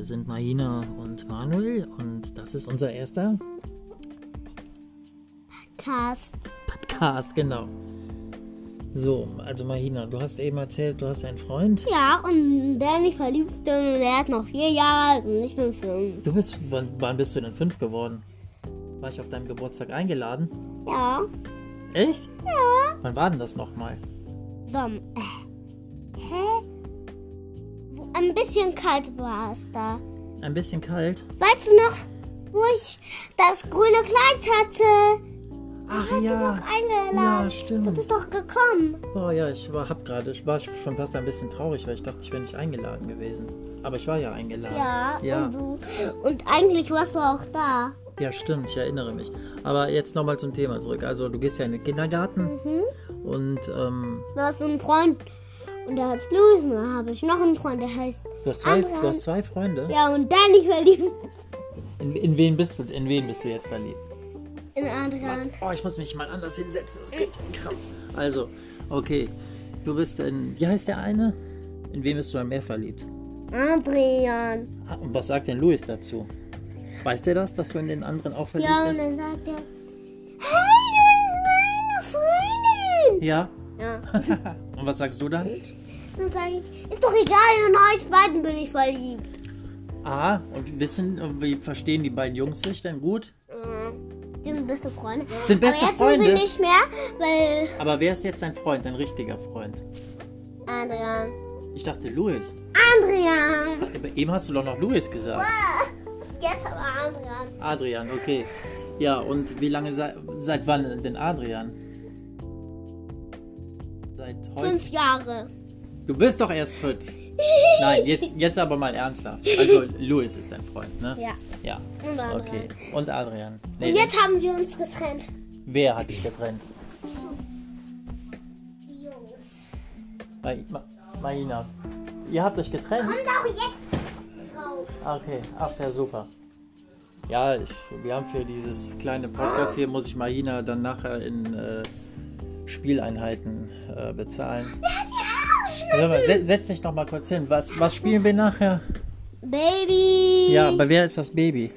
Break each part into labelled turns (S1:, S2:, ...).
S1: sind Marina und Manuel und das ist unser erster
S2: Cast.
S1: Podcast, genau. So, also Marina, du hast eben erzählt, du hast einen Freund.
S2: Ja, und der mich verliebt bin und er ist noch vier Jahre alt und ich bin fünf.
S1: Du bist, wann, wann bist du denn fünf geworden? War ich auf deinem Geburtstag eingeladen?
S2: Ja.
S1: Echt? Ja. Wann war denn das nochmal?
S2: Som äh. Hä? Wo ein bisschen kalt war es da.
S1: Ein bisschen kalt.
S2: Weißt du noch, wo ich das grüne Kleid hatte?
S1: Ach
S2: Hast du doch eingeladen.
S1: Ja,
S2: Du
S1: stimmt.
S2: bist doch gekommen.
S1: Oh ja, ich war, hab gerade, ich war schon fast ein bisschen traurig, weil ich dachte, ich wäre nicht eingeladen gewesen. Aber ich war ja eingeladen.
S2: Ja,
S1: Ja,
S2: Und, du, und eigentlich warst du auch da.
S1: ja stimmt, ich erinnere mich. Aber jetzt nochmal zum Thema zurück. Also, du gehst ja in den Kindergarten
S2: Mhm.
S1: und ähm,
S2: Du hast einen Freund und der heißt Luis und dann habe ich noch einen Freund, der heißt...
S1: du, hast zwei,
S2: Adrian.
S1: du hast zwei Freunde.
S2: Ja, und der nicht verliebt
S1: In, in, wen bist du, in wen bist du jetzt verliebt?
S2: in Adrian.
S1: Oh, ich muss mich mal anders hinsetzen, das geht mir Krampf. Also, okay. Du bist in, wie heißt der eine? In wen bist du am Meer verliebt?
S2: Adrian.
S1: Ah, Und was sagt denn Louis dazu? Weiß der das, dass du in den anderen auch verliebt
S2: Ja, ne. und
S1: bist?
S2: dann sagt er, hey, das ist meine Freundin.
S1: Ja.
S2: Ja,
S1: Und was sagst du dann?
S2: dann sage ich, ist doch egal, in euch beiden bin ich verliebt.
S1: Ah, und wissen, äh, wie verstehen die beiden Jungs sich denn gut?
S2: Ja, Die Mhm. sind beste Freunde.
S1: Sind beste
S2: Aber jetzt sind
S1: Freunde.
S2: sie nicht mehr, weil
S1: Aber wer ist jetzt dein Freund, dein richtiger Freund?
S2: Adrian.
S1: Ich dachte Louis.
S2: Adrian.
S1: Aber eben hast du doch noch Louis gesagt.
S2: Jetzt aber Adrian.
S1: Adrian, okay. Ja, und wie lange sei, seit wann denn Adrian? Seit heute.
S2: Fünf Jahre.
S1: Du bist doch erst fünf. Nein, jetzt, jetzt aber mal ernsthaft. Also Louis ist dein Freund, ne?
S2: Ja.
S1: Ja.
S2: Und Adrian.
S1: Okay. Und Adrian. Nee,
S2: Und jetzt haben wir uns getrennt.
S1: wer hat sich getrennt? Ma Ma Marina. Ihr habt euch getrennt?
S2: Kommt auch jetzt drauf.
S1: Ah, Okay, ach sehr super. Ja, ich, wir haben für dieses kleine Podcast hier, muss ich Marina dann nachher in äh, Spieleinheiten äh, bezahlen. Hör mal, se- setz dich noch mal kurz hin. Was, was spielen wir nachher?
S2: Baby.
S1: Ja, aber wer ist das Baby?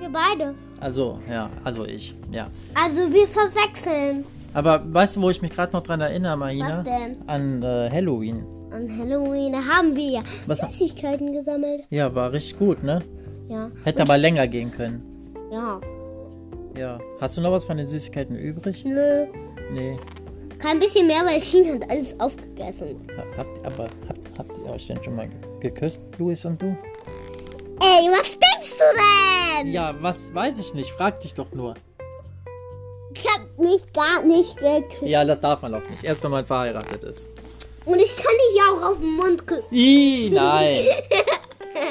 S2: wir beide.
S1: Also, ja, also ich, ja.
S2: Also wir verwechseln.
S1: Aber weißt du, wo ich mich gerade noch dran erinnere, Marina?
S2: Was denn?
S1: An äh, Halloween.
S2: An Halloween da haben wir ja
S1: Was-
S2: Süßigkeiten gesammelt.
S1: Ja, war richtig gut, ne?
S2: Ja.
S1: Hätte aber länger gehen können.
S2: Ja.
S1: Ja. Hast du noch was von den Süßigkeiten übrig?
S2: Nö.
S1: Nee.
S2: Kein bisschen mehr, weil Sheen hat alles aufgegessen.
S1: Ha- Habt, aber habt, habt ihr euch denn schon mal ge- geküsst, Luis und du?
S2: Ey, was denkst du denn?
S1: Ja, was weiß ich nicht. Frag dich doch nur.
S2: Ich hab mich gar nicht geküsst.
S1: Ja, das darf man auch nicht. Erst wenn man verheiratet ist.
S2: Und ich kann dich ja auch auf den Mund küssen.
S1: Ih, nein.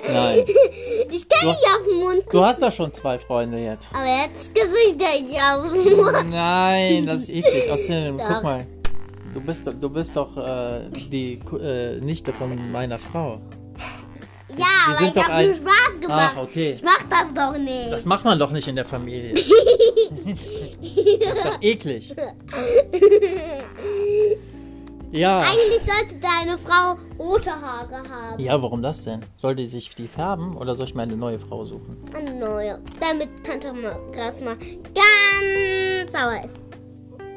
S1: Nein.
S2: Ich kann dich auf den Mund küssen.
S1: Du hast doch schon zwei Freunde jetzt.
S2: Aber jetzt küsse ich dich auf den Mund.
S1: Nein, das ist eklig. Außerdem,
S2: Doch.
S1: guck mal. Du bist doch, du bist doch äh, die Ku- äh, Nichte von meiner Frau.
S2: Ja, aber
S1: sind
S2: ich
S1: doch
S2: hab
S1: ein-
S2: nur Spaß gemacht.
S1: Ach, okay.
S2: Ich mach das doch nicht.
S1: Das macht man doch nicht in der Familie. Das ist doch eklig. Ja.
S2: Eigentlich sollte deine Frau rote Haare haben.
S1: Ja, warum das denn? Sollte sich die färben oder soll ich mir eine neue Frau suchen?
S2: Eine neue. Damit Tante Grasma ganz sauer ist.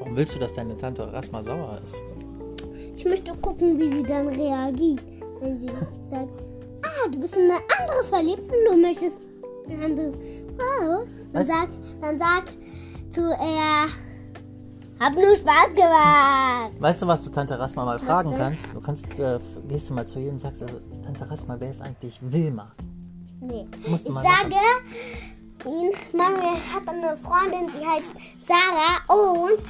S1: Warum willst du, dass deine Tante erstmal sauer ist?
S2: Ich möchte gucken, wie sie dann reagiert, wenn sie sagt, ah, du bist in eine andere verliebt und du möchtest eine andere Frau. Dann
S1: Was?
S2: sag, dann sag zu ihr, hab nur Spaß gemacht.
S1: Weißt du, was du Tante Rasma mal fragen
S2: denn?
S1: kannst? Du kannst, äh, gehst du mal zu ihr und sagst, also, Tante Rasma, wer ist eigentlich Wilma?
S2: Nee. Ich
S1: Musst du mal
S2: sage, ihn, Manuel hat eine Freundin, sie heißt Sarah und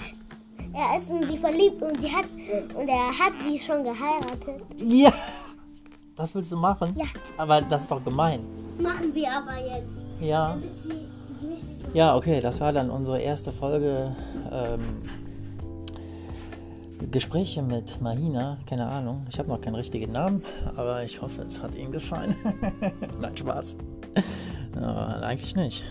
S2: er ist in sie verliebt und sie hat und er hat sie schon geheiratet.
S1: Ja! Das willst du machen?
S2: Ja.
S1: Aber das ist doch gemein.
S2: Machen wir aber jetzt.
S1: Ja.
S2: Sie-
S1: Ja, okay, das war dann unsere erste Folge ähm, Gespräche mit Mahina. Keine Ahnung, ich habe noch keinen richtigen Namen, aber ich hoffe, es hat Ihnen gefallen. Nein, Spaß. Äh, eigentlich nicht.